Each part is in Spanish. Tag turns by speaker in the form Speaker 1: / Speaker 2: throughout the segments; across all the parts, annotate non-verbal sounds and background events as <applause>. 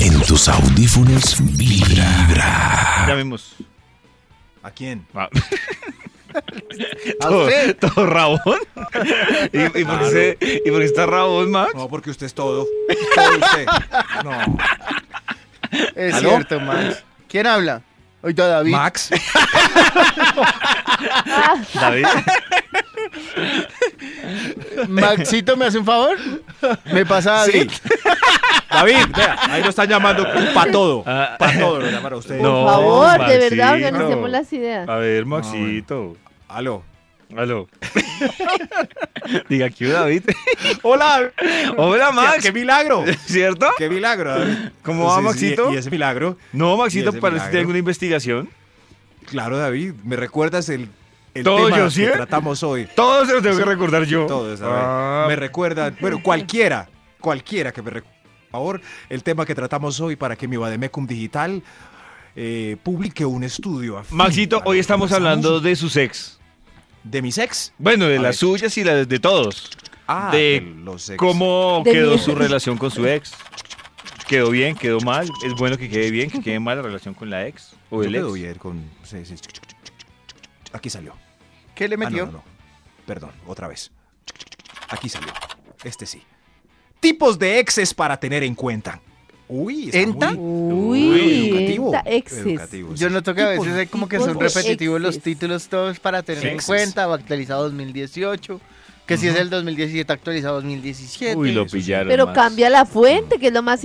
Speaker 1: en tus audífonos vibra.
Speaker 2: Ya vimos. ¿A quién?
Speaker 3: Ah. todo, <laughs> todo rabón. ¿Y, y por qué se- y por qué está rabón, Max?
Speaker 2: No, porque usted es todo. Todo usted. No. <laughs>
Speaker 4: Es
Speaker 2: ¿Aló?
Speaker 4: cierto, Max. ¿Quién habla? Hoy David.
Speaker 2: Max.
Speaker 3: David.
Speaker 4: Maxito, ¿me hace un favor? ¿Me pasa a David?
Speaker 2: David, vea, ahí lo están llamando Ah. para todo.
Speaker 3: Ah,
Speaker 2: Para todo lo llamaron a usted.
Speaker 3: No.
Speaker 5: Por favor, de
Speaker 3: Maxito.
Speaker 5: verdad, organicemos las ideas.
Speaker 3: A ver, Maxito.
Speaker 2: Aló. <laughs>
Speaker 3: Aló. Diga que David.
Speaker 2: Hola.
Speaker 3: <laughs> Hola, Max.
Speaker 2: ¡Qué milagro!
Speaker 3: ¿Cierto?
Speaker 2: ¡Qué milagro! David.
Speaker 3: ¿Cómo va,
Speaker 2: Entonces,
Speaker 3: Maxito?
Speaker 2: Y, y ese milagro.
Speaker 3: No, Maxito,
Speaker 2: ese
Speaker 3: parece que tiene
Speaker 2: milagro.
Speaker 3: alguna investigación.
Speaker 2: Claro, David, ¿me recuerdas el, el
Speaker 3: Todo
Speaker 2: tema
Speaker 3: yo, ¿sí?
Speaker 2: que tratamos hoy?
Speaker 3: Todo se lo tengo que recordar yo.
Speaker 2: Todo esa
Speaker 3: Ah,
Speaker 2: Me recuerda, bueno, cualquiera, cualquiera que me recuerde, por favor, el tema que tratamos hoy para que mi Bademecum Digital eh, publique un estudio. afín
Speaker 3: Maxito,
Speaker 2: para
Speaker 3: hoy estamos
Speaker 2: esa
Speaker 3: hablando
Speaker 2: música.
Speaker 3: de sus ex.
Speaker 2: ¿De mis ex?
Speaker 3: Bueno, de las
Speaker 2: A ver.
Speaker 3: suyas y las de todos.
Speaker 2: Ah,
Speaker 3: De
Speaker 2: los ex.
Speaker 3: ¿Cómo
Speaker 5: De
Speaker 3: quedó
Speaker 5: mí.
Speaker 3: su relación con su ex? ¿Quedó bien? ¿Quedó mal? ¿Es bueno que quede bien? ¿Que quede mal la relación con la ex? ¿O
Speaker 2: Yo
Speaker 3: el ex?
Speaker 2: quedo bien con... sí, sí. Aquí salió.
Speaker 4: ¿Qué le
Speaker 2: Ah, no,
Speaker 4: metió?
Speaker 2: no, no. Perdón, otra vez. Aquí salió. Este sí. Tipos de exes para tener en cuenta. Uy, está
Speaker 4: ¿Enta?
Speaker 2: muy-
Speaker 5: Uy,
Speaker 2: educativo.
Speaker 5: enta exes.
Speaker 2: Educativo,
Speaker 4: Yo
Speaker 2: sí.
Speaker 4: noto que a
Speaker 2: Tipos-
Speaker 4: veces hay como que
Speaker 5: tipos
Speaker 4: son
Speaker 5: de
Speaker 4: repetitivos los
Speaker 5: exes.
Speaker 4: títulos todos para tener en
Speaker 2: Exes.
Speaker 4: cuenta, actualizado 2018, que si es el 2017 actualizado 2017.
Speaker 3: Uy, lo
Speaker 2: Eso sí.
Speaker 3: pillaron.
Speaker 5: Pero
Speaker 3: Max.
Speaker 5: cambia la fuente, que es lo más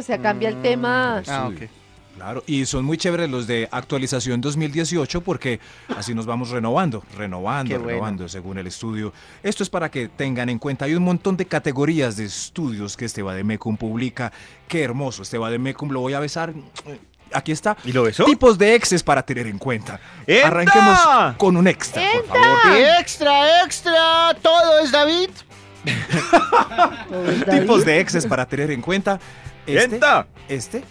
Speaker 2: Claro. Mm,
Speaker 5: O sea, cambia el tema.
Speaker 4: Ah, ok.
Speaker 2: estudio. Claro, y son muy chéveres los de actualización 2018 porque así nos vamos renovando, renovando,
Speaker 4: Qué bueno.
Speaker 2: renovando según el estudio. Esto es para que tengan en cuenta, hay un montón de categorías de estudios que este Bademecum publica. Qué hermoso, este Bademecum lo voy a besar. Aquí está.
Speaker 3: ¿Y lo besó?
Speaker 2: Tipos de exes para tener en cuenta.
Speaker 3: ¡Eta!
Speaker 2: Arranquemos con un extra, por
Speaker 5: ¡Eta!
Speaker 2: favor.
Speaker 4: Y extra, extra, todo es David.
Speaker 5: Uy, David.
Speaker 2: Tipos de exes para tener en cuenta. Este,
Speaker 3: ¡Enta!
Speaker 2: este,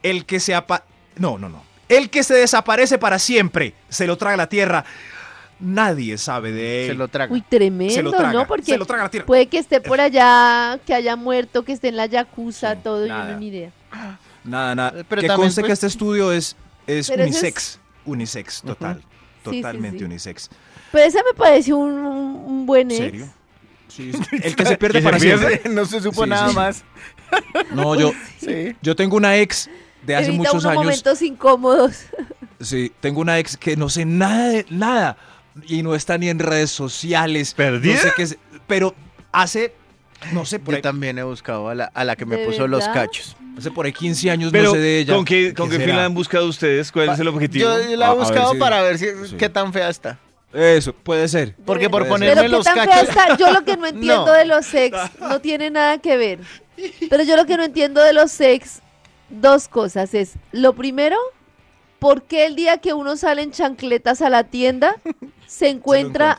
Speaker 2: el que se apa- no, no, no, el que se desaparece para siempre, se lo traga la tierra. Nadie sabe de él.
Speaker 4: Se lo traga.
Speaker 5: Uy, tremendo,
Speaker 2: Se lo traga,
Speaker 5: ¿no? Porque
Speaker 2: se lo traga la tierra.
Speaker 5: puede que esté por allá, que haya muerto, que esté en la yakuza,
Speaker 2: Sí,
Speaker 5: todo, yo
Speaker 2: nada.
Speaker 5: no ni idea.
Speaker 2: Nada, nada.
Speaker 4: Pero
Speaker 2: que
Speaker 4: también,
Speaker 2: conste
Speaker 4: pues-
Speaker 2: que este estudio es, es
Speaker 5: Pero ese es-
Speaker 2: unisex, unisex total,
Speaker 5: Sí, sí,
Speaker 2: totalmente
Speaker 5: sí.
Speaker 2: unisex.
Speaker 5: Pero ese me pareció un, un- un buen ex.
Speaker 2: ¿Serio? Sí, sí. <laughs> El que se pierde para siempre.
Speaker 4: <laughs> No se supo
Speaker 2: Sí,
Speaker 4: nada
Speaker 2: sí. <laughs>
Speaker 4: más.
Speaker 2: No, yo,
Speaker 4: Sí.
Speaker 2: yo tengo una ex de hace
Speaker 5: Evita
Speaker 2: muchos
Speaker 5: unos
Speaker 2: años.
Speaker 5: momentos incómodos.
Speaker 2: Sí, tengo una ex que no sé nada, de- nada y no está ni en redes sociales.
Speaker 3: ¿Perdida?
Speaker 2: No sé qué es- pero hace, no sé, por,
Speaker 4: Yo
Speaker 2: ahí,
Speaker 4: también he buscado a la, a la que me
Speaker 5: ¿De
Speaker 4: puso los
Speaker 5: verdad?
Speaker 4: cachos.
Speaker 2: hace por ahí 15 años
Speaker 3: Pero,
Speaker 2: no sé de ella.
Speaker 3: ¿con qué, con qué
Speaker 2: será? Ah,
Speaker 3: fin la han buscado ustedes? ¿Cuál es el objetivo?
Speaker 4: Yo la
Speaker 2: A-
Speaker 4: he
Speaker 2: a ver
Speaker 4: buscado
Speaker 2: si-
Speaker 4: para ver si,
Speaker 2: sí.
Speaker 4: qué tan fea está.
Speaker 2: Eso, puede ser.
Speaker 4: Porque por
Speaker 2: Puede ser.
Speaker 4: ponerme
Speaker 5: Pero qué
Speaker 4: los
Speaker 5: tan fea
Speaker 4: cachos.
Speaker 5: está. Yo lo que no entiendo
Speaker 4: No.
Speaker 5: de los ex no tiene nada que ver. Pero yo lo que no entiendo de los ex, dos cosas es, lo primero, ¿por qué el día que uno sale en chancletas a la tienda se
Speaker 2: Se lo
Speaker 5: encuentra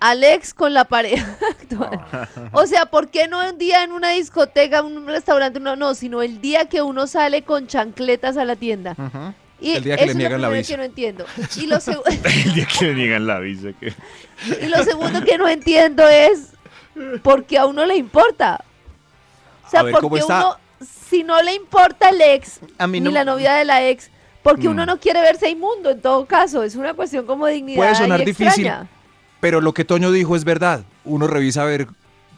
Speaker 5: al ex con la pareja <laughs> actual? O sea, ¿por qué no un día en una discoteca, un restaurante, no, no, sino el día que uno sale con chancletas a la tienda?
Speaker 4: Ujú.
Speaker 5: Y
Speaker 2: El día que
Speaker 5: eso
Speaker 2: le
Speaker 5: es lo
Speaker 2: niegan la
Speaker 5: primero
Speaker 2: visa.
Speaker 5: que no entiendo. Y lo, segu-
Speaker 3: <laughs> El día que le niegan la visa. que-
Speaker 5: Y lo segundo que no entiendo es por qué a uno le importa. O sea,
Speaker 2: A ver,
Speaker 5: porque
Speaker 2: ¿cómo está?
Speaker 5: uno, si no le importa el ex,
Speaker 4: A mí no.
Speaker 5: ni la novia de la ex, porque
Speaker 2: Mm.
Speaker 5: uno no quiere verse inmundo en todo caso. Es una cuestión como de dignidad.
Speaker 2: Puede sonar
Speaker 5: y
Speaker 2: difícil.
Speaker 5: extraña.
Speaker 2: Pero lo que Toño dijo es verdad. Uno revisa a ver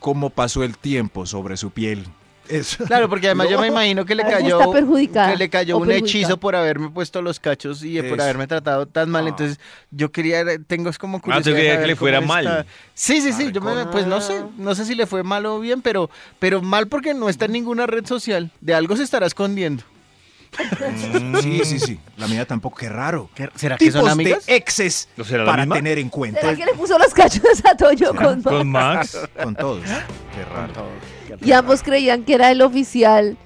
Speaker 2: cómo pasó el tiempo sobre su piel. Eso.
Speaker 4: Claro, porque además yo me imagino que le
Speaker 5: Ahí sí
Speaker 4: cayó,
Speaker 5: está perjudicada
Speaker 4: que le cayó
Speaker 5: o
Speaker 4: un
Speaker 5: perjudicado.
Speaker 4: hechizo por haberme puesto los cachos y por
Speaker 2: Eso.
Speaker 4: haberme tratado tan mal.
Speaker 2: Ah.
Speaker 4: Entonces yo quería, era- tengo es como curiosidad.
Speaker 3: usted quería que
Speaker 4: de saber
Speaker 3: le fuera
Speaker 4: cómo
Speaker 3: mal.
Speaker 4: Sí, sí, sí.
Speaker 2: Ah,
Speaker 4: Yo me,
Speaker 2: rico.
Speaker 4: pues no sé, no sé si le fue mal o bien, pero, pero mal porque no está en ninguna red social. De algo se estará escondiendo.
Speaker 3: Mm.
Speaker 2: Sí, sí, sí. La mía tampoco, qué raro.
Speaker 4: ¿Qué- ¿Será que son
Speaker 2: Tipos de
Speaker 4: amigas?
Speaker 2: exes
Speaker 3: ¿No será la
Speaker 2: para
Speaker 3: misma?
Speaker 2: tener en cuenta.
Speaker 5: ¿Será que le puso los cachos a Toño
Speaker 3: <laughs>
Speaker 5: con
Speaker 3: Con Max.
Speaker 2: Con todos.
Speaker 3: ¿Ah?
Speaker 2: Qué raro.
Speaker 5: Y ambos creían que era el oficial.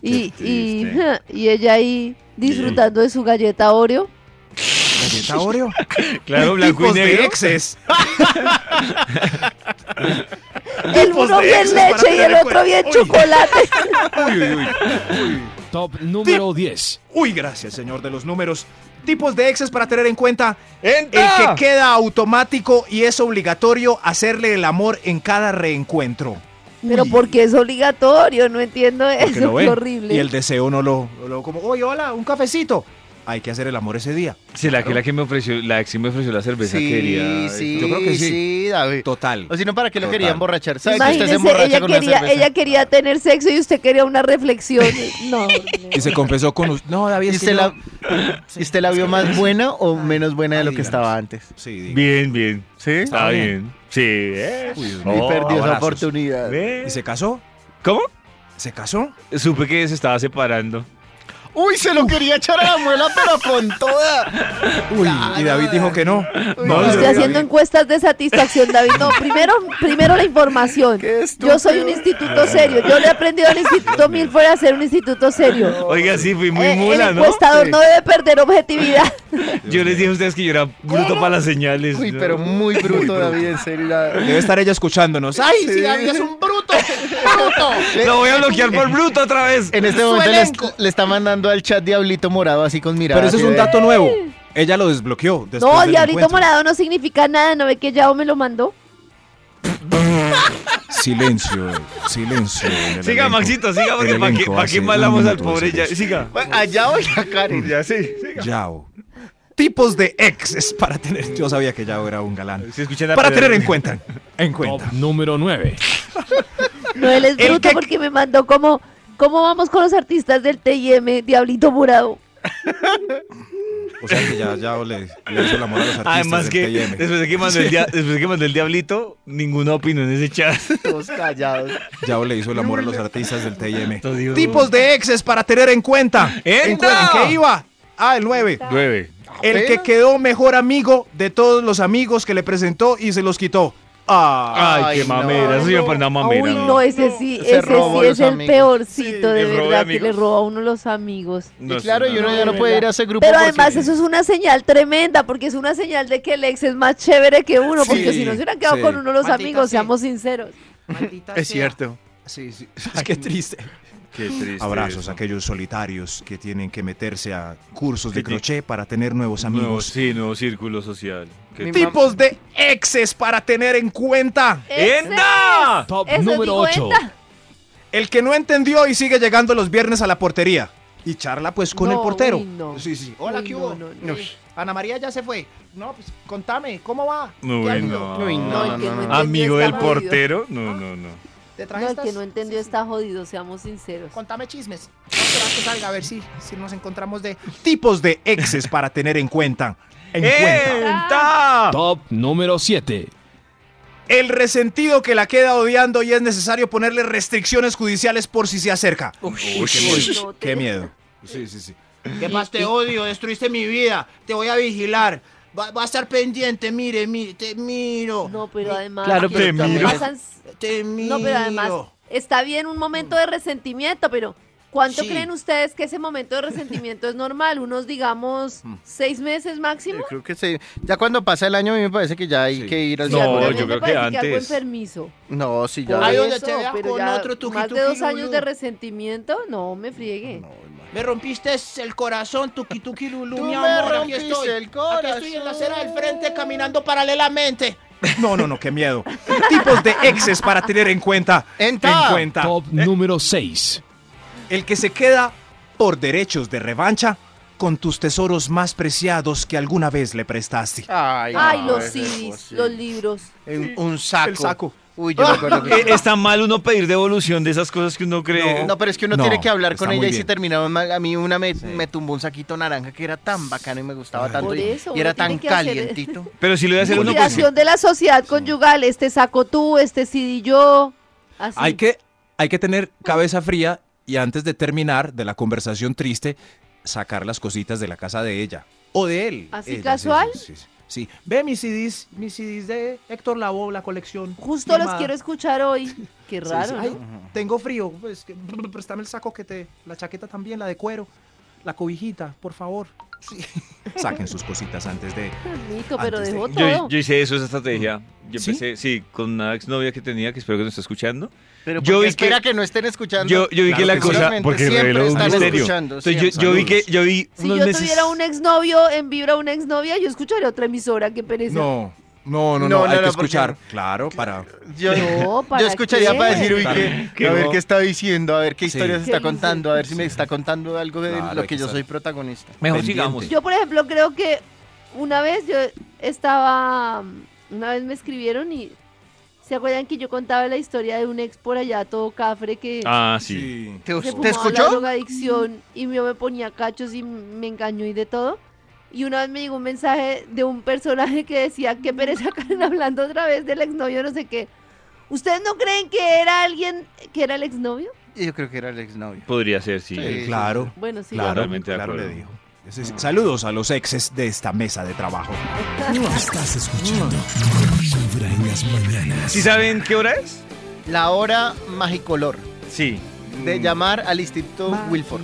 Speaker 5: Y,
Speaker 3: Qué
Speaker 5: y,
Speaker 3: triste.
Speaker 5: <laughs> y ella ahí disfrutando de su galleta Oreo.
Speaker 2: ¿Galleta Oreo?
Speaker 3: <laughs>
Speaker 2: <laughs>
Speaker 3: Claro, blanco y
Speaker 2: Tipos de
Speaker 3: negro.
Speaker 2: exes.
Speaker 5: El
Speaker 2: Tipos <laughs>
Speaker 5: uno
Speaker 2: de
Speaker 5: bien
Speaker 2: exes para
Speaker 5: leche y el
Speaker 2: tener en
Speaker 5: otro bien
Speaker 2: cuenta. Uy.
Speaker 5: chocolate.
Speaker 2: Uy, uy,
Speaker 3: <laughs>
Speaker 2: uy.
Speaker 1: Top número 10.
Speaker 2: Uy, gracias, señor de los números. Tipos de exes para tener en cuenta. El
Speaker 3: ¡Enta!
Speaker 2: que queda automático y es obligatorio hacerle el amor en cada reencuentro.
Speaker 5: Pero porque es obligatorio, no entiendo
Speaker 2: porque
Speaker 5: eso,
Speaker 2: no
Speaker 5: qué
Speaker 2: ven.
Speaker 5: horrible.
Speaker 2: Y el deseo no lo, no lo- como, oye, hola, un cafecito. Hay que hacer el amor ese día.
Speaker 3: ¿Será que la que me ofreció, la ex sí me ofreció la cerveza que Pues, quería?
Speaker 4: sí,
Speaker 2: Yo creo que sí.
Speaker 4: David.
Speaker 2: Total.
Speaker 4: O si no, ¿para qué lo
Speaker 2: Total.
Speaker 4: quería emborrachar? ¿Sabe que usted se
Speaker 5: Imagínese,
Speaker 4: emborracha
Speaker 5: ella
Speaker 4: con una
Speaker 5: quería,
Speaker 4: cerveza?
Speaker 5: ella quería tener sexo y usted quería una reflexión. No,
Speaker 2: Y se confesó con us- No, David,
Speaker 4: ¿Y
Speaker 2: es que
Speaker 4: usted, la,
Speaker 2: yo-
Speaker 4: y usted la vio más buena o menos buena de
Speaker 2: Ay,
Speaker 4: lo que
Speaker 2: díganos.
Speaker 4: estaba antes?
Speaker 2: Sí, diga.
Speaker 3: Bien, bien.
Speaker 4: ¿Sí?
Speaker 3: Está
Speaker 2: bien.
Speaker 3: bien. Sí. ¿eh?
Speaker 2: Uy, Dios
Speaker 4: Y
Speaker 2: mío.
Speaker 3: Oh,
Speaker 4: perdió esa
Speaker 2: abrazos.
Speaker 4: oportunidad.
Speaker 3: ¿Ve?
Speaker 2: ¿Y se casó?
Speaker 3: ¿Cómo?
Speaker 2: ¿Se casó?
Speaker 3: Supe que se estaba separando.
Speaker 4: Uy, se lo quería echar a la muela, pero con toda.
Speaker 2: Uy, y David dijo que no.
Speaker 3: no,
Speaker 5: estoy
Speaker 3: David.
Speaker 5: haciendo encuestas de satisfacción, David. No, primero, primero la información.
Speaker 4: Qué
Speaker 5: Yo soy un instituto serio. Yo le he aprendido al instituto Milford a ser un instituto serio.
Speaker 3: Oiga, sí, fui muy
Speaker 5: Eh,
Speaker 3: mula,
Speaker 5: el
Speaker 3: ¿no?
Speaker 5: encuestador no debe perder objetividad.
Speaker 3: Yo les dije a ustedes que yo era bruto para las señales.
Speaker 4: Uy,
Speaker 3: ¿no?
Speaker 4: pero muy bruto, David, en serio. la-
Speaker 2: Debe estar ella escuchándonos. ¡Ay!
Speaker 4: Sí, David es un bruto. bruto.
Speaker 3: Lo voy a bloquear
Speaker 4: <laughs>
Speaker 3: por bruto otra vez.
Speaker 4: En este momento le, est- le está mandando al chat Diablito Morado así con mirada.
Speaker 2: Pero eso es
Speaker 4: así
Speaker 2: un
Speaker 4: de-
Speaker 2: dato nuevo. Ella lo desbloqueó. después
Speaker 5: No,
Speaker 2: del
Speaker 5: diablito
Speaker 2: encuentro.
Speaker 5: morado no significa nada. No ve que Yao me lo mandó.
Speaker 2: Silencio,
Speaker 3: <laughs>
Speaker 2: silencio. en el
Speaker 3: Siga,
Speaker 2: elenco.
Speaker 3: Maxito, siga, porque
Speaker 2: El
Speaker 3: ¿para qué,
Speaker 2: elenco
Speaker 3: pa'
Speaker 2: hace
Speaker 3: qué
Speaker 2: un
Speaker 3: malamos al
Speaker 2: minuto de
Speaker 3: pobre ya?
Speaker 2: silencio.
Speaker 3: Siga.
Speaker 4: Bueno, Pues, Allá voy a Karen.
Speaker 3: Ya, sí, siga.
Speaker 2: Yao. Tipos de exes para tener. Yo sabía que Yao era un galán.
Speaker 3: Si escuchan la
Speaker 2: Para
Speaker 3: pedra-
Speaker 2: tener en cuenta. En
Speaker 1: Top
Speaker 2: cuenta.
Speaker 1: número 9.
Speaker 5: No, él es
Speaker 3: El
Speaker 5: bruto
Speaker 3: que-
Speaker 5: porque me mandó como, ¿cómo vamos con los artistas del TIM, Diablito Morado?
Speaker 2: O sea que ya Yao le, le hizo el amor a los artistas.
Speaker 3: Además
Speaker 2: del
Speaker 3: que
Speaker 2: TM.
Speaker 3: después de que, mandó el dia- después de que mandó el diablito, ninguno opinó en ese chat.
Speaker 2: <laughs>
Speaker 4: Todos callados.
Speaker 2: Yao le hizo el amor a los artistas del TIM.
Speaker 3: Todo digo-
Speaker 2: Tipos de exes para tener en cuenta.
Speaker 3: ¡Enda!
Speaker 2: ¿En, cuenta. ¿En qué iba? Ah, el 9.
Speaker 3: Nueve.
Speaker 2: El que
Speaker 4: Apenas.
Speaker 2: quedó mejor amigo de todos los amigos que le presentó y se los quitó. Ah.
Speaker 3: Ay,
Speaker 4: Ay,
Speaker 3: qué
Speaker 4: no.
Speaker 3: mamera. Eso ya fue una mamera.
Speaker 5: Uy, no, ese sí,
Speaker 4: Se
Speaker 5: ese
Speaker 4: robó
Speaker 5: sí
Speaker 4: los
Speaker 5: es el
Speaker 4: amigos.
Speaker 5: peorcito,
Speaker 3: Sí, le
Speaker 5: de
Speaker 3: robó
Speaker 5: verdad, que
Speaker 3: amigos.
Speaker 5: le roba a uno los amigos.
Speaker 3: No,
Speaker 4: y claro,
Speaker 3: sí,
Speaker 4: y uno
Speaker 3: no.
Speaker 4: ya no puede ir a ese grupo.
Speaker 5: Pero
Speaker 4: porque-
Speaker 5: además eso es una señal tremenda, porque es una señal de que el ex es más chévere que uno, porque
Speaker 2: Sí,
Speaker 5: si no se hubieran quedado
Speaker 2: sí.
Speaker 5: con uno los
Speaker 6: Maldita
Speaker 5: amigos,
Speaker 6: sea.
Speaker 5: seamos sinceros.
Speaker 4: Es cierto.
Speaker 2: Sí, <laughs> sí. Es que triste.
Speaker 3: Qué triste.
Speaker 2: Abrazos
Speaker 3: eso.
Speaker 2: a aquellos solitarios que tienen que meterse a cursos
Speaker 3: Sí,
Speaker 2: de
Speaker 3: sí.
Speaker 2: crochet para tener nuevos
Speaker 3: Nuevo-
Speaker 2: amigos.
Speaker 3: sí, nuevo círculo social. Qué
Speaker 4: Mi
Speaker 3: triste.
Speaker 2: Tipos de exes para tener en cuenta.
Speaker 3: ¡Enda!
Speaker 1: Top
Speaker 5: Eso
Speaker 1: número
Speaker 5: digo,
Speaker 1: 8.
Speaker 5: esta.
Speaker 2: El que no entendió y sigue llegando los viernes a la portería. Y charla pues con
Speaker 5: No,
Speaker 2: el portero.
Speaker 5: uy, no.
Speaker 2: Sí, sí.
Speaker 5: Uy, no, no, no.
Speaker 2: Ana María ya se fue. No, pues contame, ¿cómo va?
Speaker 3: No,
Speaker 5: Ya
Speaker 3: no.
Speaker 4: Uy, no,
Speaker 5: No, el que
Speaker 4: no,
Speaker 5: no
Speaker 4: no.
Speaker 5: entendió
Speaker 3: Amigo
Speaker 5: está
Speaker 3: del
Speaker 5: jodido.
Speaker 3: portero. No, no, no.
Speaker 2: ¿Te
Speaker 5: No, el que no entendió está jodido, seamos sinceros.
Speaker 2: Contame chismes. a ver si, nos encontramos de tipos de exes para tener en cuenta. En cuenta.
Speaker 3: ¡Enta!
Speaker 1: Top número 7.
Speaker 2: El resentido que la queda odiando y es necesario ponerle restricciones judiciales por si se acerca.
Speaker 3: Uy,
Speaker 2: qué
Speaker 5: Uy,
Speaker 2: miedo.
Speaker 5: no,
Speaker 2: Qué
Speaker 5: te-
Speaker 2: miedo. Sí, sí, sí.
Speaker 6: ¿Qué más te odio? Destruiste mi vida. Te voy a vigilar. Va, va a estar pendiente, mire, mire, te miro.
Speaker 5: No, pero además...
Speaker 4: Claro,
Speaker 5: ¿qué
Speaker 3: pero
Speaker 5: es lo que
Speaker 3: miro.
Speaker 5: pasan-
Speaker 6: Te miro.
Speaker 5: No, pero además está bien un momento de resentimiento, pero ¿cuánto
Speaker 6: Sí.
Speaker 5: creen ustedes que ese momento de resentimiento es normal? Unos, digamos, seis meses máximo.
Speaker 4: Yo creo que sí. Ya cuando pasa el año, a mí me parece que ya hay
Speaker 2: Sí.
Speaker 4: que ir al
Speaker 5: Sí,
Speaker 3: Eh, No,
Speaker 5: a mí
Speaker 4: psicólogo.
Speaker 5: también
Speaker 3: yo
Speaker 5: me
Speaker 3: creo que
Speaker 5: parece algo
Speaker 3: antes.
Speaker 5: enfermizo.
Speaker 4: No, sí,
Speaker 5: Por
Speaker 4: ya.
Speaker 6: Ahí donde te
Speaker 5: eso,
Speaker 6: vea
Speaker 5: pero
Speaker 6: con
Speaker 5: ya
Speaker 6: otro tuki,
Speaker 5: más de
Speaker 6: tuki,
Speaker 5: dos años
Speaker 6: lulú.
Speaker 5: de resentimiento, no me friegue.
Speaker 6: Me rompiste el corazón, tuki tuki lulu,
Speaker 4: Tú
Speaker 6: mi
Speaker 4: me
Speaker 6: amor, aquí
Speaker 4: rompiste
Speaker 6: estoy.
Speaker 4: el
Speaker 6: Aquí estoy en la acera del
Speaker 4: corazón.
Speaker 6: frente caminando paralelamente.
Speaker 2: No, no, no, qué miedo. Tipos de exes para tener en cuenta.
Speaker 4: Enta.
Speaker 2: En cuenta.
Speaker 1: Top número 6.
Speaker 2: El que se queda por derechos de revancha con tus tesoros más preciados que alguna vez le prestaste.
Speaker 4: Ay,
Speaker 5: Ay,
Speaker 4: no,
Speaker 5: los
Speaker 4: eso es
Speaker 5: CDs,
Speaker 4: posible.
Speaker 5: los libros.
Speaker 4: Un, un saco.
Speaker 2: El saco.
Speaker 4: Uy, yo me acuerdo
Speaker 3: Eh,
Speaker 4: que...
Speaker 3: Está mal uno pedir devolución de esas cosas que uno cree.
Speaker 4: No, pero es que uno
Speaker 2: No,
Speaker 4: tiene que hablar con
Speaker 2: está
Speaker 4: ella
Speaker 2: muy
Speaker 4: y si
Speaker 2: bien.
Speaker 4: terminaba mal, a mí una me, me tumbó un saquito naranja que era tan bacano y me gustaba tanto
Speaker 5: Por
Speaker 4: y,
Speaker 5: eso,
Speaker 4: y
Speaker 5: uno
Speaker 4: era
Speaker 5: tiene
Speaker 4: tan
Speaker 5: que hacer-
Speaker 4: calientito.
Speaker 3: Pero si le voy a hacer uno, pues
Speaker 5: Liquidación de la sociedad conyugal, este saco tú, este CD yo. Así.
Speaker 2: Hay que, hay que tener cabeza fría y antes de terminar de la conversación triste, sacar las cositas de la casa de ella o de él.
Speaker 5: ¿Así
Speaker 2: Ella, sí,
Speaker 5: casual?
Speaker 2: Sí, sí, sí. Sí. ve mis CDs, mis CDs de Héctor Lavoe, la colección.
Speaker 5: Justo los
Speaker 2: firmada.
Speaker 5: quiero escuchar hoy. Qué
Speaker 2: Sí,
Speaker 5: raro,
Speaker 2: sí.
Speaker 5: ¿no?
Speaker 2: Ay, Tengo frío, pues que- préstame el saco que te, la chaqueta también, la de cuero, la cobijita, por favor. Sí. Saquen sus cositas antes de...
Speaker 5: Mito, pero
Speaker 2: Antes de-
Speaker 5: dejó todo.
Speaker 3: Yo, yo hice eso, esa estrategia. Yo
Speaker 2: ¿Sí?
Speaker 3: empecé, sí, con una exnovia que tenía, que espero que no esté escuchando.
Speaker 4: <laughs> Pero
Speaker 3: Yo
Speaker 4: yo
Speaker 3: vi
Speaker 4: espera
Speaker 3: que-
Speaker 4: que... no estén escuchando.
Speaker 3: Yo, yo vi
Speaker 2: Claro
Speaker 3: que la
Speaker 2: que
Speaker 3: cosa.
Speaker 4: seguramente
Speaker 3: Porque
Speaker 4: siempre
Speaker 3: reveló un
Speaker 4: están
Speaker 3: misterio.
Speaker 4: escuchando,
Speaker 3: Entonces, yo,
Speaker 4: siempre.
Speaker 3: yo vi que yo vi
Speaker 5: Si
Speaker 3: unos
Speaker 5: yo
Speaker 3: meses.
Speaker 5: tuviera un exnovio en Vibra, una exnovia, yo escucharía otra emisora, qué pereza.
Speaker 2: No, No, no, no,
Speaker 4: No, no,
Speaker 2: hay que
Speaker 4: no, porque-
Speaker 2: escuchar. Claro, para.
Speaker 4: <laughs> Yo,
Speaker 5: No,
Speaker 4: <laughs>
Speaker 5: ¿para
Speaker 4: yo escucharía
Speaker 5: qué?
Speaker 4: para decir, uy,
Speaker 2: Claro.
Speaker 4: qué-
Speaker 3: Qué
Speaker 4: a ver
Speaker 3: bo-
Speaker 4: qué está diciendo, a ver qué
Speaker 2: Sí.
Speaker 4: historia se
Speaker 5: ¿Qué
Speaker 4: está
Speaker 5: dice?
Speaker 4: contando, a ver si me está contando algo de
Speaker 2: Claro, hay
Speaker 4: lo
Speaker 2: que
Speaker 4: que yo
Speaker 2: estar-
Speaker 4: soy protagonista.
Speaker 3: Mejor
Speaker 2: Pendiente.
Speaker 3: sigamos.
Speaker 5: Yo, por ejemplo, creo que una vez yo estaba, una vez me escribieron y se acuerdan que yo contaba la historia de un ex por allá todo cafre que
Speaker 3: Ah, sí.
Speaker 4: ¿Te,
Speaker 5: se
Speaker 4: te
Speaker 5: fumaba la
Speaker 4: escuchó?
Speaker 5: drogadicción y yo me ponía cachos y me engañó y de todo. Y una vez me llegó un mensaje de un personaje que decía, qué pereza <laughs> Karen hablando otra vez del exnovio, no sé qué. ¿Ustedes no creen que era alguien que era el exnovio?
Speaker 4: Yo creo que era el exnovio.
Speaker 3: Podría ser, sí.
Speaker 4: Sí.
Speaker 2: Claro,
Speaker 5: Bueno, sí.
Speaker 2: claro,
Speaker 3: totalmente de
Speaker 2: claro le
Speaker 3: acuerdo.
Speaker 2: dijo. Ese es- Saludos a los exes de esta mesa de trabajo.
Speaker 7: Estás escuchando Vibra en las mañanas.
Speaker 3: ¿Sí saben qué hora es?
Speaker 4: La hora magicolor
Speaker 3: Sí.
Speaker 4: de
Speaker 3: Mm.
Speaker 4: llamar al Instituto Wilford.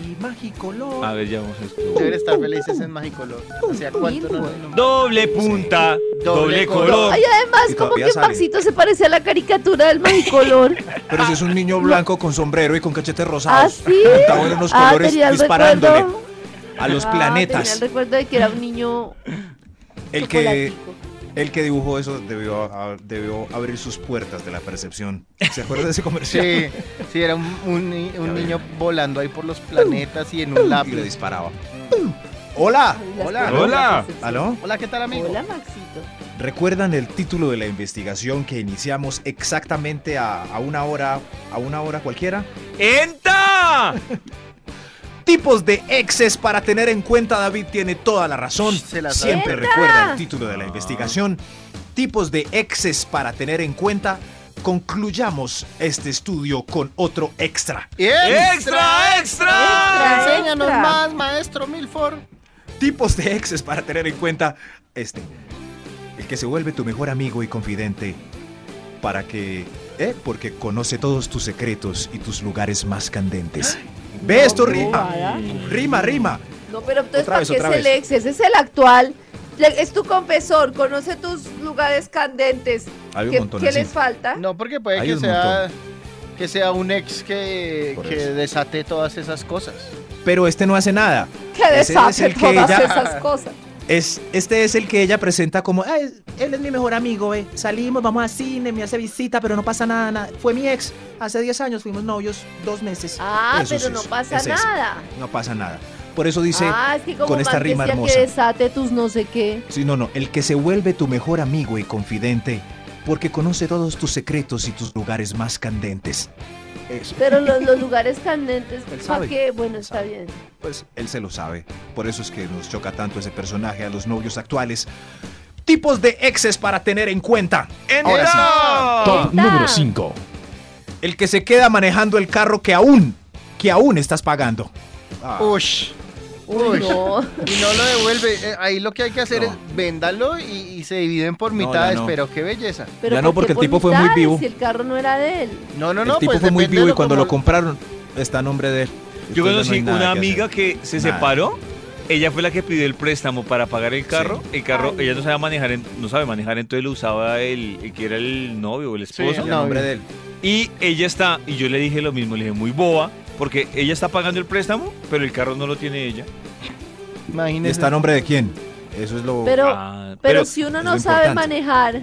Speaker 3: A ver, ya vamos a esto.
Speaker 4: Deben estar felices en magicolor. O sea, ¿cuánto no?
Speaker 5: Wilford.
Speaker 3: Doble punta, doble
Speaker 4: Doble
Speaker 3: color.
Speaker 5: Ay,
Speaker 2: Y
Speaker 5: además, como
Speaker 2: todavía
Speaker 5: que
Speaker 2: sale.
Speaker 5: Maxito se parece a la caricatura
Speaker 2: <laughs>
Speaker 5: del magicolor.
Speaker 2: Pero si es un niño blanco con sombrero y con cachetes
Speaker 5: ¿Ah,
Speaker 2: rosados.
Speaker 5: sí?
Speaker 2: Estaba en unos
Speaker 5: Ah,
Speaker 2: colores
Speaker 5: tenía el
Speaker 2: disparándole
Speaker 5: recuerdo.
Speaker 2: a los
Speaker 5: Ah, Tenía
Speaker 2: planetas.
Speaker 5: el recuerdo de que era un niño
Speaker 2: El que,
Speaker 5: chocolatico.
Speaker 2: el que dibujó eso debió, a- debió abrir sus puertas de la percepción. ¿Se acuerda de ese comercial? <laughs>
Speaker 4: Sí, sí, era un, un ni- un niño volando ahí por los planetas y en un
Speaker 2: Y le
Speaker 4: lápiz.
Speaker 2: disparaba. Hola,
Speaker 5: Ay, las
Speaker 4: Hola.
Speaker 5: películas
Speaker 3: Hola.
Speaker 5: de sexo.
Speaker 2: ¿aló?
Speaker 4: Hola, ¿qué tal, amigo?
Speaker 5: Hola, Maxito.
Speaker 2: ¿Recuerdan el título de la investigación que iniciamos exactamente a, a una hora, a una hora cualquiera?
Speaker 3: ¡Enta!
Speaker 2: Tipos de exes para tener en cuenta, David tiene toda la razón.
Speaker 4: Se la sabe.
Speaker 2: Siempre
Speaker 5: ¡Epa!
Speaker 2: recuerda el título de la
Speaker 3: Ah.
Speaker 2: investigación. Tipos de exes para tener en cuenta. Concluyamos este estudio con otro extra.
Speaker 3: ¡Extra, extra!
Speaker 5: Extra,
Speaker 4: Enséñanos
Speaker 5: extra.
Speaker 4: más, maestro Milford.
Speaker 2: Tipos de exes para tener en cuenta. Este. El que se vuelve tu mejor amigo y confidente. Para que... ¿Eh? Porque conoce todos tus secretos y tus lugares más candentes. Ve esto,
Speaker 5: No,
Speaker 2: rima.
Speaker 5: bobada.
Speaker 2: Rima, rima.
Speaker 5: No, pero entonces,
Speaker 2: Otra
Speaker 5: ¿para
Speaker 2: vez,
Speaker 5: qué es
Speaker 2: otra
Speaker 5: el
Speaker 2: vez.
Speaker 5: ex? Ese es el actual. Le- Es tu confesor, conoce tus lugares candentes.
Speaker 2: Hay un
Speaker 5: ¿Qué,
Speaker 2: montón
Speaker 5: qué
Speaker 2: así.
Speaker 5: les falta?
Speaker 4: No, porque puede
Speaker 2: Hay
Speaker 4: que
Speaker 2: un
Speaker 4: sea, que sea un ex que,
Speaker 2: Por
Speaker 4: que
Speaker 2: eso.
Speaker 4: desate todas esas cosas.
Speaker 2: Pero este no hace nada.
Speaker 5: Que
Speaker 2: Ese es
Speaker 5: deshace
Speaker 2: el que
Speaker 5: todas
Speaker 2: ella-
Speaker 5: esas cosas.
Speaker 2: Es, este es el que ella presenta como, "Ah, es-
Speaker 8: Él es mi mejor amigo, eh. Salimos, vamos a cine, me hace visita, pero no pasa nada, nada. Fue mi ex. Hace 10 años fuimos novios, dos meses.
Speaker 5: Ah,
Speaker 2: Eso
Speaker 5: pero
Speaker 2: sí
Speaker 5: no
Speaker 2: es-
Speaker 5: pasa
Speaker 2: es eso.
Speaker 5: nada.
Speaker 2: no pasa nada. Por eso dice,
Speaker 5: ah, es que como
Speaker 2: con esta
Speaker 5: Max
Speaker 2: rima
Speaker 5: decía
Speaker 2: hermosa.
Speaker 5: que desate tus no sé qué.
Speaker 2: sí, no, no, el que se vuelve tu mejor amigo y confidente, porque conoce todos tus secretos y tus lugares más candentes. Eso,
Speaker 5: Pero los, los lugares
Speaker 2: <laughs>
Speaker 5: candentes,
Speaker 2: Él
Speaker 5: ¿para
Speaker 2: sabe.
Speaker 5: qué? Bueno, está
Speaker 2: sabe.
Speaker 5: bien.
Speaker 2: pues él se lo sabe. Por eso es que nos choca tanto ese personaje a los novios actuales. Tipos de exes para tener en cuenta. Ahora sí.
Speaker 1: Top
Speaker 5: Enta.
Speaker 1: número 5.
Speaker 2: El que se queda manejando el carro que aún, que aún estás pagando. Ah,
Speaker 4: Ush.
Speaker 5: Uy,
Speaker 2: <laughs>
Speaker 4: Uy.
Speaker 5: no.
Speaker 4: Y no lo devuelve. Eh, ahí lo que hay que hacer
Speaker 2: No.
Speaker 4: es véndalo y, y se dividen por
Speaker 2: No, ya
Speaker 4: mitades,
Speaker 2: no.
Speaker 4: pero qué belleza.
Speaker 5: Pero
Speaker 2: Ya no,
Speaker 5: ¿por
Speaker 2: porque
Speaker 5: qué
Speaker 2: el
Speaker 5: por
Speaker 2: tipo fue muy
Speaker 5: mitades
Speaker 2: vivo.
Speaker 5: Si el carro no era de él.
Speaker 4: No, no,
Speaker 2: el
Speaker 4: no.
Speaker 2: tipo
Speaker 4: pues
Speaker 2: fue muy
Speaker 4: depende
Speaker 2: vivo
Speaker 4: de
Speaker 2: y cuando
Speaker 4: como-
Speaker 2: lo compraron está a nombre de él.
Speaker 3: Yo
Speaker 2: Entonces no
Speaker 3: conocí
Speaker 2: hay nada
Speaker 3: una
Speaker 2: que
Speaker 3: amiga
Speaker 2: hacer.
Speaker 3: que se
Speaker 2: Nada.
Speaker 3: separó. Ella fue la que pidió el préstamo para pagar el carro. El carro,
Speaker 5: Ay.
Speaker 3: ella no sabe manejar, en- no sabe manejar, entonces lo usaba el, el que era el novio o el
Speaker 4: Sí,
Speaker 3: esposo.
Speaker 2: Y a
Speaker 4: No,
Speaker 2: nombre
Speaker 4: bien.
Speaker 2: de él.
Speaker 3: Y ella está, y yo le dije lo mismo, le dije muy boba, porque ella está pagando el préstamo, pero el carro no lo tiene ella.
Speaker 2: ¿Y
Speaker 4: Imagínese.
Speaker 2: está a nombre de quién? Eso es lo.
Speaker 5: Pero,
Speaker 3: Ah,
Speaker 5: pero,
Speaker 3: pero
Speaker 5: si uno
Speaker 2: es
Speaker 5: no
Speaker 2: lo
Speaker 5: sabe
Speaker 2: importante.
Speaker 5: manejar,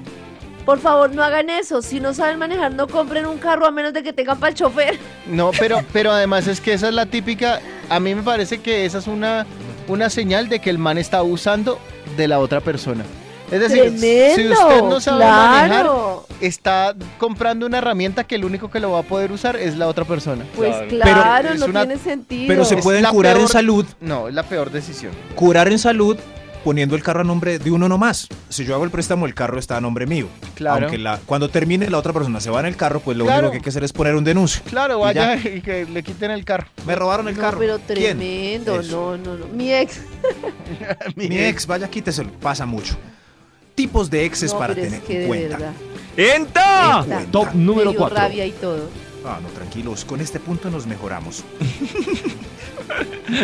Speaker 5: por favor no hagan eso. Si no saben manejar, no compren un carro a menos de que tengan para el chofer.
Speaker 4: No, pero, pero además es que esa es la típica. A mí me parece que esa es una, una señal de que el man está abusando de la otra persona. Es decir,
Speaker 5: Tremendo.
Speaker 4: si usted no sabe manejar, pues
Speaker 5: claro.
Speaker 4: está comprando una herramienta que el único que lo va a poder usar es la otra persona.
Speaker 5: Pues
Speaker 3: Claro.
Speaker 5: claro,
Speaker 4: Pero es
Speaker 5: no
Speaker 4: una-
Speaker 5: tiene sentido.
Speaker 2: Pero se
Speaker 4: Es
Speaker 2: pueden
Speaker 4: la
Speaker 2: curar en
Speaker 4: peor-
Speaker 2: salud.
Speaker 4: No, es la peor decisión.
Speaker 2: Curar en salud poniendo el carro a nombre de uno nomás. Si yo hago el préstamo, el carro está a nombre mío.
Speaker 4: Claro.
Speaker 2: Aunque la, cuando termine la otra persona se va en el carro, pues lo
Speaker 4: Claro.
Speaker 2: único que hay que hacer es poner un denuncio.
Speaker 4: Claro,
Speaker 2: Y
Speaker 4: vaya <laughs> y, que le quiten el carro.
Speaker 2: Me robaron el
Speaker 5: No,
Speaker 2: carro.
Speaker 5: pero
Speaker 2: ¿Quién?
Speaker 5: tremendo.
Speaker 2: Eso.
Speaker 5: No, no, no. Mi ex.
Speaker 2: Mi, ex, vaya, quíteselo. Pasa mucho. Tipos de exes
Speaker 5: no,
Speaker 2: para
Speaker 5: pero
Speaker 2: tener
Speaker 5: es que
Speaker 2: en
Speaker 5: de
Speaker 2: cuenta.
Speaker 5: verdad. Ah,
Speaker 3: ¡Enta!
Speaker 5: Esta.
Speaker 2: Cuenta.
Speaker 1: Top
Speaker 5: Me
Speaker 1: número
Speaker 5: dio
Speaker 1: 4.
Speaker 5: rabia y todo.
Speaker 2: Ah, no, tranquilos. Con este punto nos mejoramos.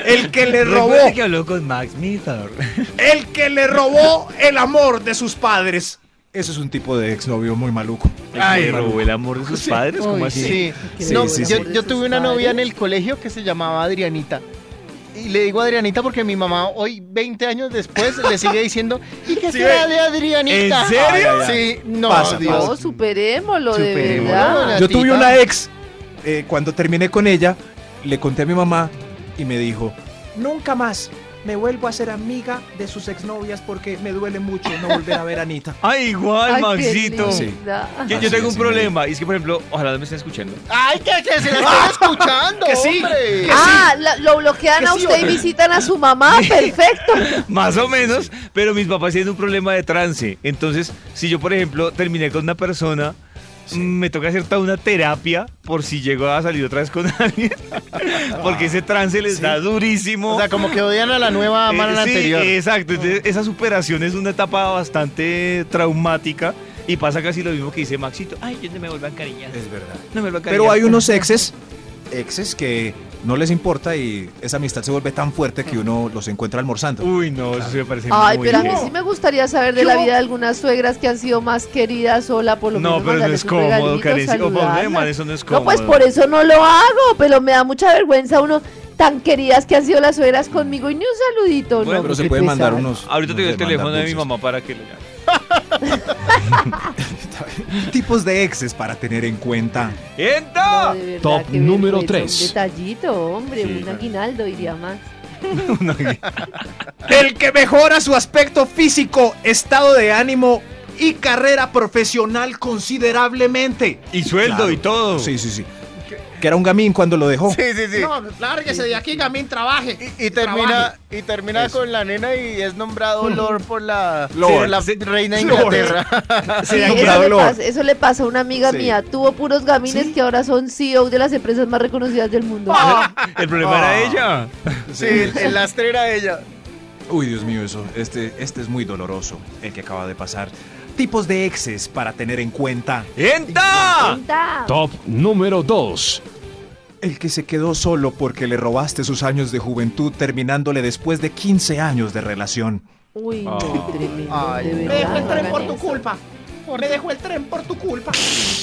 Speaker 2: el que le robó.
Speaker 3: que habló con Max Mithor.
Speaker 2: El que le robó el amor de sus padres. Ese es un tipo de exnovio muy maluco.
Speaker 3: Ay, robó el amor de sus padres, ¿cómo
Speaker 4: Uy,
Speaker 3: así?
Speaker 4: sí.
Speaker 5: Qué
Speaker 4: No,
Speaker 2: sí,
Speaker 4: yo,
Speaker 2: sí.
Speaker 4: yo tuve una novia en el colegio que se llamaba Adrianita. Y le digo Adrianita porque mi mamá hoy, 20 años después, le sigue diciendo, ¿y qué
Speaker 3: Sí,
Speaker 4: será
Speaker 3: ve.
Speaker 4: de Adrianita?
Speaker 3: ¿En serio?
Speaker 4: Sí, no,
Speaker 2: Pasa,
Speaker 4: Dios.
Speaker 5: No, superémoslo, de
Speaker 2: Superémoslo.
Speaker 5: verdad.
Speaker 2: Yo tuve
Speaker 4: Tita.
Speaker 2: una ex. eh, cuando terminé con ella, le conté a mi mamá y me dijo,
Speaker 8: Nunca más me vuelvo a ser amiga de sus exnovias porque me duele mucho no volver a ver a Anita.
Speaker 3: Ay, Ah, igual,
Speaker 5: Ay, qué
Speaker 3: Maxito.
Speaker 2: Sí.
Speaker 5: linda.
Speaker 3: Yo,
Speaker 2: Así
Speaker 3: yo tengo
Speaker 2: es,
Speaker 3: un
Speaker 2: sí,
Speaker 3: problema, y es que, por ejemplo, ojalá no me estén escuchando.
Speaker 4: ¡Ay, que, que se la están escuchando,
Speaker 8: Que sí,
Speaker 4: hombre!
Speaker 5: Ah, la- lo bloquean
Speaker 8: Que
Speaker 5: a
Speaker 8: sí,
Speaker 5: usted y
Speaker 8: hombre.
Speaker 5: visitan a su mamá. Perfecto.
Speaker 3: Más o menos, pero mis papás tienen un problema de trance. Entonces, si yo, por ejemplo, terminé con una persona, mm, me toca hacer toda una terapia por si llego a salir otra vez con <laughs> alguien. Porque ese trance les da durísimo.
Speaker 4: O sea, como que odian a la nueva, aman a la
Speaker 3: Eh, sí,
Speaker 4: anterior. Ah.
Speaker 3: Exacto, entonces, esa superación es una etapa bastante traumática y pasa casi lo mismo que dice Maxito. Ay, yo no me vuelvo a encariñar.
Speaker 2: <laughs>
Speaker 4: Eh.
Speaker 2: es verdad.
Speaker 3: No me vuelvo a encariñar.
Speaker 2: Pero hay unos exes, exes que no les importa y esa amistad se vuelve tan fuerte que uno los encuentra almorzando.
Speaker 3: Uy, no, eso me parece
Speaker 5: Ay,
Speaker 3: muy
Speaker 5: pero a mí
Speaker 3: bien.
Speaker 5: sí me gustaría saber de la vida de algunas suegras que han sido más queridas sola por lo
Speaker 3: No,
Speaker 5: menos.
Speaker 3: pero no
Speaker 5: mandarles
Speaker 3: es
Speaker 5: un
Speaker 3: cómodo,
Speaker 5: regalito,
Speaker 3: Karen. O
Speaker 5: saludarlas.
Speaker 3: problema, eso no es cómodo.
Speaker 5: No, pues por eso no lo hago, pero me da mucha vergüenza uno tan queridas que han sido las suegras conmigo y ni un saludito.
Speaker 3: Bueno,
Speaker 5: no,
Speaker 2: Pero se
Speaker 5: qué
Speaker 2: pueden mandar
Speaker 5: pesar.
Speaker 2: unos.
Speaker 3: Ahorita te
Speaker 2: no
Speaker 3: doy
Speaker 2: sé,
Speaker 3: el teléfono
Speaker 2: mandan
Speaker 3: de mi
Speaker 2: dulces.
Speaker 3: mamá para que le llame.
Speaker 2: Tipos de exes para tener en cuenta.
Speaker 5: No,
Speaker 3: ¡Enta!
Speaker 5: de verdad,
Speaker 1: Top
Speaker 5: qué
Speaker 1: número
Speaker 5: vergüenza,
Speaker 1: tres.
Speaker 5: Un detallito, hombre, un aguinaldo, diría más.
Speaker 8: El que mejora su aspecto físico, estado de ánimo
Speaker 6: Y carrera profesional considerablemente.
Speaker 3: Y sueldo
Speaker 2: Claro.
Speaker 3: y todo.
Speaker 2: Sí, sí, sí. Que era un gamín cuando lo dejó.
Speaker 4: Sí, sí, sí.
Speaker 6: No, lárguese de aquí, Gamín, trabaje.
Speaker 4: Y, y termina,
Speaker 6: Trabaje.
Speaker 4: y termina con la nena y es nombrado Lord por la,
Speaker 3: Lord.
Speaker 4: por la
Speaker 3: Sí,
Speaker 4: reina de
Speaker 3: Lord.
Speaker 4: Inglaterra. <laughs>
Speaker 5: Sí,
Speaker 3: da
Speaker 5: eso,
Speaker 3: cuidado,
Speaker 5: le
Speaker 3: Lord.
Speaker 5: pasa, eso le pasa a una amiga
Speaker 2: Sí.
Speaker 5: mía. Tuvo puros gamines que ahora son CEO de las empresas más reconocidas del mundo.
Speaker 3: <laughs> El problema era ella.
Speaker 4: Sí, el, el lastre era ella.
Speaker 2: Uy, Dios mío, eso. Este, este es muy doloroso, el que acaba de pasar. Tipos de exes para tener en cuenta.
Speaker 3: ¡Enta!
Speaker 5: Cuenta.
Speaker 1: Top número 2.
Speaker 2: El que se quedó solo porque le robaste sus años de juventud terminándole después de 15 años de relación.
Speaker 5: Uy, no, tremendo.
Speaker 4: Ay,
Speaker 5: de
Speaker 4: no.
Speaker 5: verdad,
Speaker 6: Me dejó el
Speaker 5: no
Speaker 6: tren
Speaker 5: hagan
Speaker 6: por tu
Speaker 5: eso.
Speaker 6: culpa. Me dejó el tren por tu culpa.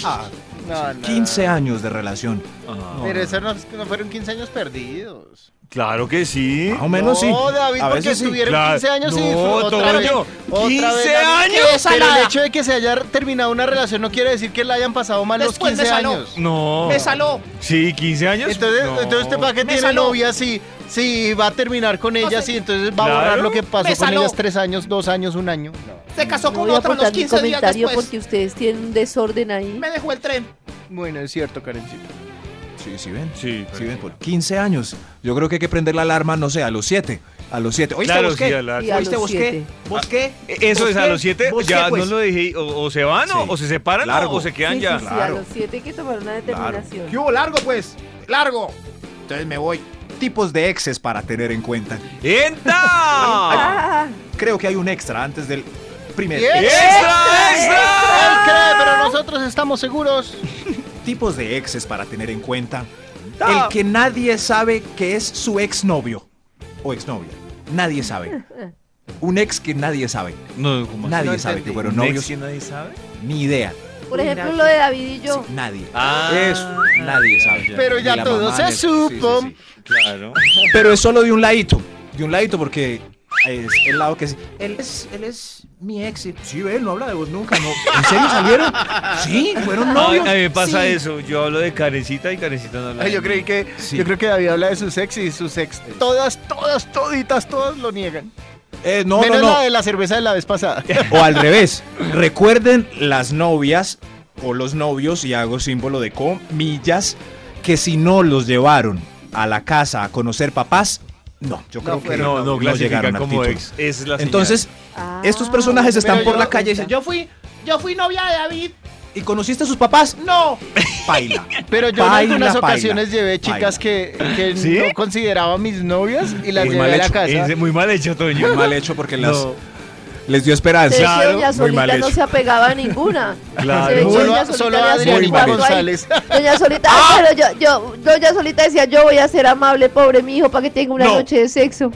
Speaker 4: Ah, No, no,
Speaker 2: 15 años de relación.
Speaker 4: no. Pero eso no, no fueron 15 años perdidos.
Speaker 3: Claro que sí.
Speaker 2: Más o menos sí.
Speaker 4: No, David,
Speaker 2: A
Speaker 4: porque
Speaker 2: veces sí.
Speaker 4: estuvieron
Speaker 3: Claro.
Speaker 4: 15 años y
Speaker 3: No,
Speaker 4: disfrut- otra vez,
Speaker 3: Toño,
Speaker 4: otra vez,
Speaker 3: 15
Speaker 4: David, que-
Speaker 3: años.
Speaker 4: Pero el
Speaker 6: Salada.
Speaker 4: hecho de que se haya terminado una relación no quiere decir que la hayan pasado mal
Speaker 6: Después
Speaker 4: los
Speaker 6: me
Speaker 4: 15
Speaker 6: saló.
Speaker 4: años.
Speaker 3: No.
Speaker 6: Me saló.
Speaker 3: Sí, 15 años.
Speaker 4: Entonces,
Speaker 3: No.
Speaker 4: entonces ¿usted para qué
Speaker 6: Me
Speaker 4: tiene
Speaker 6: saló.
Speaker 4: novia si, si va a terminar con ella?
Speaker 6: sé.
Speaker 4: si entonces va a borrar
Speaker 3: Claro.
Speaker 4: lo que pasó
Speaker 6: Me
Speaker 4: con
Speaker 6: saló.
Speaker 4: ellas tres años, dos años, un año.
Speaker 6: Se casó
Speaker 5: No
Speaker 6: con
Speaker 5: voy a
Speaker 6: otro a los
Speaker 5: aportar mi
Speaker 6: 15 días
Speaker 5: comentario
Speaker 6: después.
Speaker 5: porque ustedes tienen un desorden ahí.
Speaker 6: Me dejó el tren.
Speaker 4: Bueno, es cierto, Karencita.
Speaker 2: Sí, sí ven.
Speaker 3: Sí.
Speaker 2: Sí ven, por 15 años. Yo creo que hay que prender la alarma, no sé, a los 7. A los 7. Oíste,
Speaker 3: Claro,
Speaker 2: busqué.
Speaker 3: sí, a la-
Speaker 5: Y a
Speaker 6: Hoy
Speaker 5: los
Speaker 6: te busqué.
Speaker 5: siete.
Speaker 6: Busqué.
Speaker 3: Eso es a
Speaker 6: Busqué,
Speaker 3: los 7.
Speaker 6: busqué,
Speaker 3: Ya
Speaker 6: pues.
Speaker 3: no lo dije. O, o se van o,
Speaker 2: Sí.
Speaker 3: o se separan
Speaker 2: Largo.
Speaker 3: o, o se quedan
Speaker 5: Sí,
Speaker 3: ya.
Speaker 5: sí, sí,
Speaker 2: Claro.
Speaker 5: a los siete hay que tomar una determinación.
Speaker 6: ¿Qué hubo? Largo, pues. Largo. Entonces me voy.
Speaker 2: Tipos de exes para tener en cuenta.
Speaker 5: <laughs>
Speaker 3: ¡Enta!
Speaker 5: Ah,
Speaker 2: Creo que hay un extra antes del primero.
Speaker 4: Bien.
Speaker 3: ¡Extra, extra!
Speaker 4: Él cree, pero nosotros estamos seguros.
Speaker 2: Tipos de exes para tener en cuenta.
Speaker 3: Ah.
Speaker 2: El que nadie sabe que es su exnovio o exnovia. Nadie
Speaker 5: <laughs>
Speaker 2: sabe. Un ex que nadie sabe.
Speaker 3: No, ¿cómo así?
Speaker 2: Nadie
Speaker 3: No
Speaker 2: sabe
Speaker 3: entendí.
Speaker 2: que fueron
Speaker 3: ¿Un ex
Speaker 2: novios.
Speaker 3: que nadie sabe?
Speaker 2: Ni idea.
Speaker 5: por ejemplo, lo de David y yo.
Speaker 2: Sí, nadie.
Speaker 3: Ah.
Speaker 2: Eso. Nadie sabe.
Speaker 4: Pero
Speaker 2: Ni
Speaker 4: ya
Speaker 2: la
Speaker 4: todo
Speaker 2: mamá,
Speaker 4: se
Speaker 2: ni- sí, sí,
Speaker 4: supo.
Speaker 2: sí.
Speaker 3: Claro.
Speaker 2: Pero es solo de un ladito. De un ladito porque es el lado que... se-
Speaker 8: Él es, él es mi ex.
Speaker 2: Sí, ve, no habla de vos nunca. No. ¿En serio salieron? Sí, fueron
Speaker 3: Ay,
Speaker 2: novios.
Speaker 3: a mí me pasa
Speaker 2: Sí.
Speaker 3: eso. Yo hablo de Karencita y Karencita no habla.
Speaker 4: Ay,
Speaker 3: de
Speaker 4: yo
Speaker 3: mí.
Speaker 4: creí que
Speaker 2: Sí.
Speaker 4: yo creo que David habla de sus ex y sus ex todas, todas, toditas, todas lo niegan.
Speaker 2: Eh, no,
Speaker 4: Menos
Speaker 2: no, no.
Speaker 4: la de la cerveza de la vez pasada.
Speaker 2: O al revés, recuerden las novias o los novios, y hago símbolo de comillas, que si no los llevaron a la casa a conocer papás, no, yo creo que
Speaker 3: no, no, clasifican
Speaker 2: llegaron al
Speaker 3: como
Speaker 2: título.
Speaker 3: ex. Esa es la señal.
Speaker 2: Entonces,
Speaker 5: Ah,
Speaker 2: estos personajes están
Speaker 4: pero
Speaker 2: por
Speaker 4: yo-
Speaker 2: la calle y dicen,
Speaker 6: Yo fui, yo fui novia de David.
Speaker 2: ¿y conociste a sus papás?
Speaker 3: <laughs>
Speaker 6: No.
Speaker 2: Paila.
Speaker 4: Pero yo
Speaker 2: Paila,
Speaker 4: en algunas
Speaker 2: paila,
Speaker 4: ocasiones llevé chicas
Speaker 2: paila.
Speaker 4: que, que
Speaker 3: ¿Sí?
Speaker 4: no consideraba mis novias y las
Speaker 2: Muy
Speaker 4: llevé
Speaker 2: mal
Speaker 4: a la
Speaker 2: hecho.
Speaker 4: casa.
Speaker 3: Es muy mal hecho, Toño. <laughs>
Speaker 2: Muy mal hecho porque las,
Speaker 3: No.
Speaker 2: les dio
Speaker 5: Se ve que
Speaker 2: esperanza.
Speaker 5: doña
Speaker 2: muy mal
Speaker 5: Solita no se
Speaker 2: hecho.
Speaker 5: apegaba
Speaker 2: <laughs>
Speaker 5: a ninguna.
Speaker 3: Claro.
Speaker 5: Se ve que
Speaker 4: Solo-
Speaker 5: doña
Speaker 4: solo
Speaker 5: Solita
Speaker 4: a
Speaker 5: le hacía
Speaker 4: Adrianita
Speaker 5: un cuarto ahí.
Speaker 4: González.
Speaker 5: Doña Solita, ah, pero yo, yo, doña Solita decía, yo voy a ser amable, pobre mi hijo, para que tenga una
Speaker 2: No.
Speaker 5: noche
Speaker 2: <laughs>
Speaker 5: de sexo.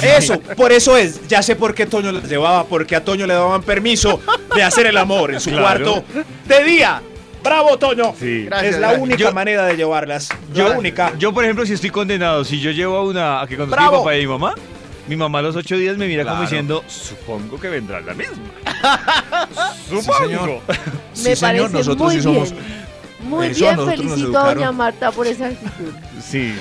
Speaker 2: Eso, por eso es. Ya sé por qué Toño las llevaba, porque a Toño le daban permiso de hacer el amor en su
Speaker 3: Claro.
Speaker 2: cuarto de día.
Speaker 9: Bravo, Toño.
Speaker 3: Sí.
Speaker 4: Gracias,
Speaker 9: es la
Speaker 4: gracias.
Speaker 9: única
Speaker 3: Yo-
Speaker 9: manera de llevarlas.
Speaker 3: Yo,
Speaker 9: la única.
Speaker 3: yo, por ejemplo, si estoy condenado, si yo llevo a una a que conozca a mi
Speaker 9: ¡Bravo!
Speaker 3: papá y a mi mamá, mi mamá a los ocho días me mira como
Speaker 2: Claro.
Speaker 3: diciendo, supongo que vendrá la <laughs> misma.
Speaker 2: señor.
Speaker 3: supongo.
Speaker 5: Me
Speaker 2: Sí, señor,
Speaker 5: parece
Speaker 2: nosotros
Speaker 5: muy
Speaker 2: sí somos.
Speaker 5: bien. Muy
Speaker 2: Eso a
Speaker 5: bien,
Speaker 2: nosotros nos
Speaker 5: felicito a doña
Speaker 2: educaron.
Speaker 5: Marta por esa actitud.
Speaker 3: Sí.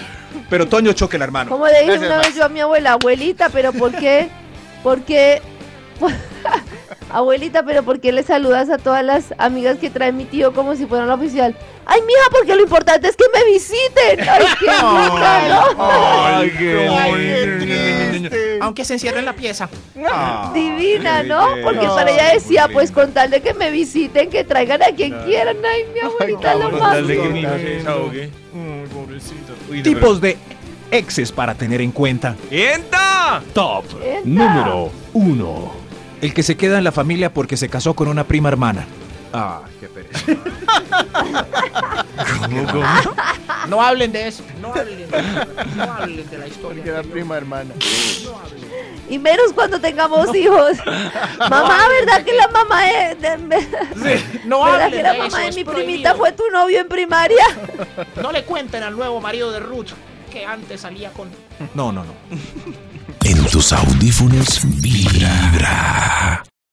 Speaker 2: Pero Toño choque el hermano.
Speaker 5: Como le dije
Speaker 4: Gracias,
Speaker 5: una vez
Speaker 4: Max.
Speaker 5: yo a mi abuela, abuelita, pero ¿por qué? ¿Por qué? <laughs> abuelita, pero ¿por qué le saludas a todas las amigas que trae mi tío como si fuera la oficial? Ay, mija, porque lo importante es que me visiten. <laughs> Ay, qué rica, ¿no?
Speaker 3: Ay, qué
Speaker 5: Eh.
Speaker 8: Aunque se encierra en la pieza.
Speaker 2: Ah,
Speaker 5: <laughs> Divina,
Speaker 2: qué
Speaker 5: ¿no?
Speaker 2: belleza.
Speaker 5: Porque para ella
Speaker 2: Muy
Speaker 5: decía, pues
Speaker 2: lindo.
Speaker 5: con tal de que me visiten, que traigan a quien quieran. Ay, mi abuelita, lo
Speaker 3: Con
Speaker 5: más.
Speaker 3: tal de que mi
Speaker 5: lindo.
Speaker 3: hija se desahogue. Uy, no,
Speaker 2: Tipos de exes para tener en cuenta.
Speaker 3: pero- ¡Entra!
Speaker 1: Top
Speaker 5: Esta.
Speaker 2: Oh.
Speaker 1: número 1.
Speaker 2: El que se queda en la familia porque se casó con una prima hermana. Ah, qué pereza.
Speaker 6: No hablen de eso. No hablen de eso. No hablen de la historia.
Speaker 4: Porque era
Speaker 6: anterior.
Speaker 4: prima hermana.
Speaker 5: Y menos cuando tengamos hijos. mamá, ¿verdad que la mamá de- de,
Speaker 6: No
Speaker 5: ¿Verdad
Speaker 6: hablen
Speaker 5: que la
Speaker 6: de eso,
Speaker 5: mamá de
Speaker 6: es
Speaker 5: mi
Speaker 6: prohibido.
Speaker 5: primita fue tu novio en primaria?
Speaker 6: No le cuenten al nuevo marido de Ruth que antes salía con.
Speaker 2: No, no, no.
Speaker 7: En tus audífonos vibra.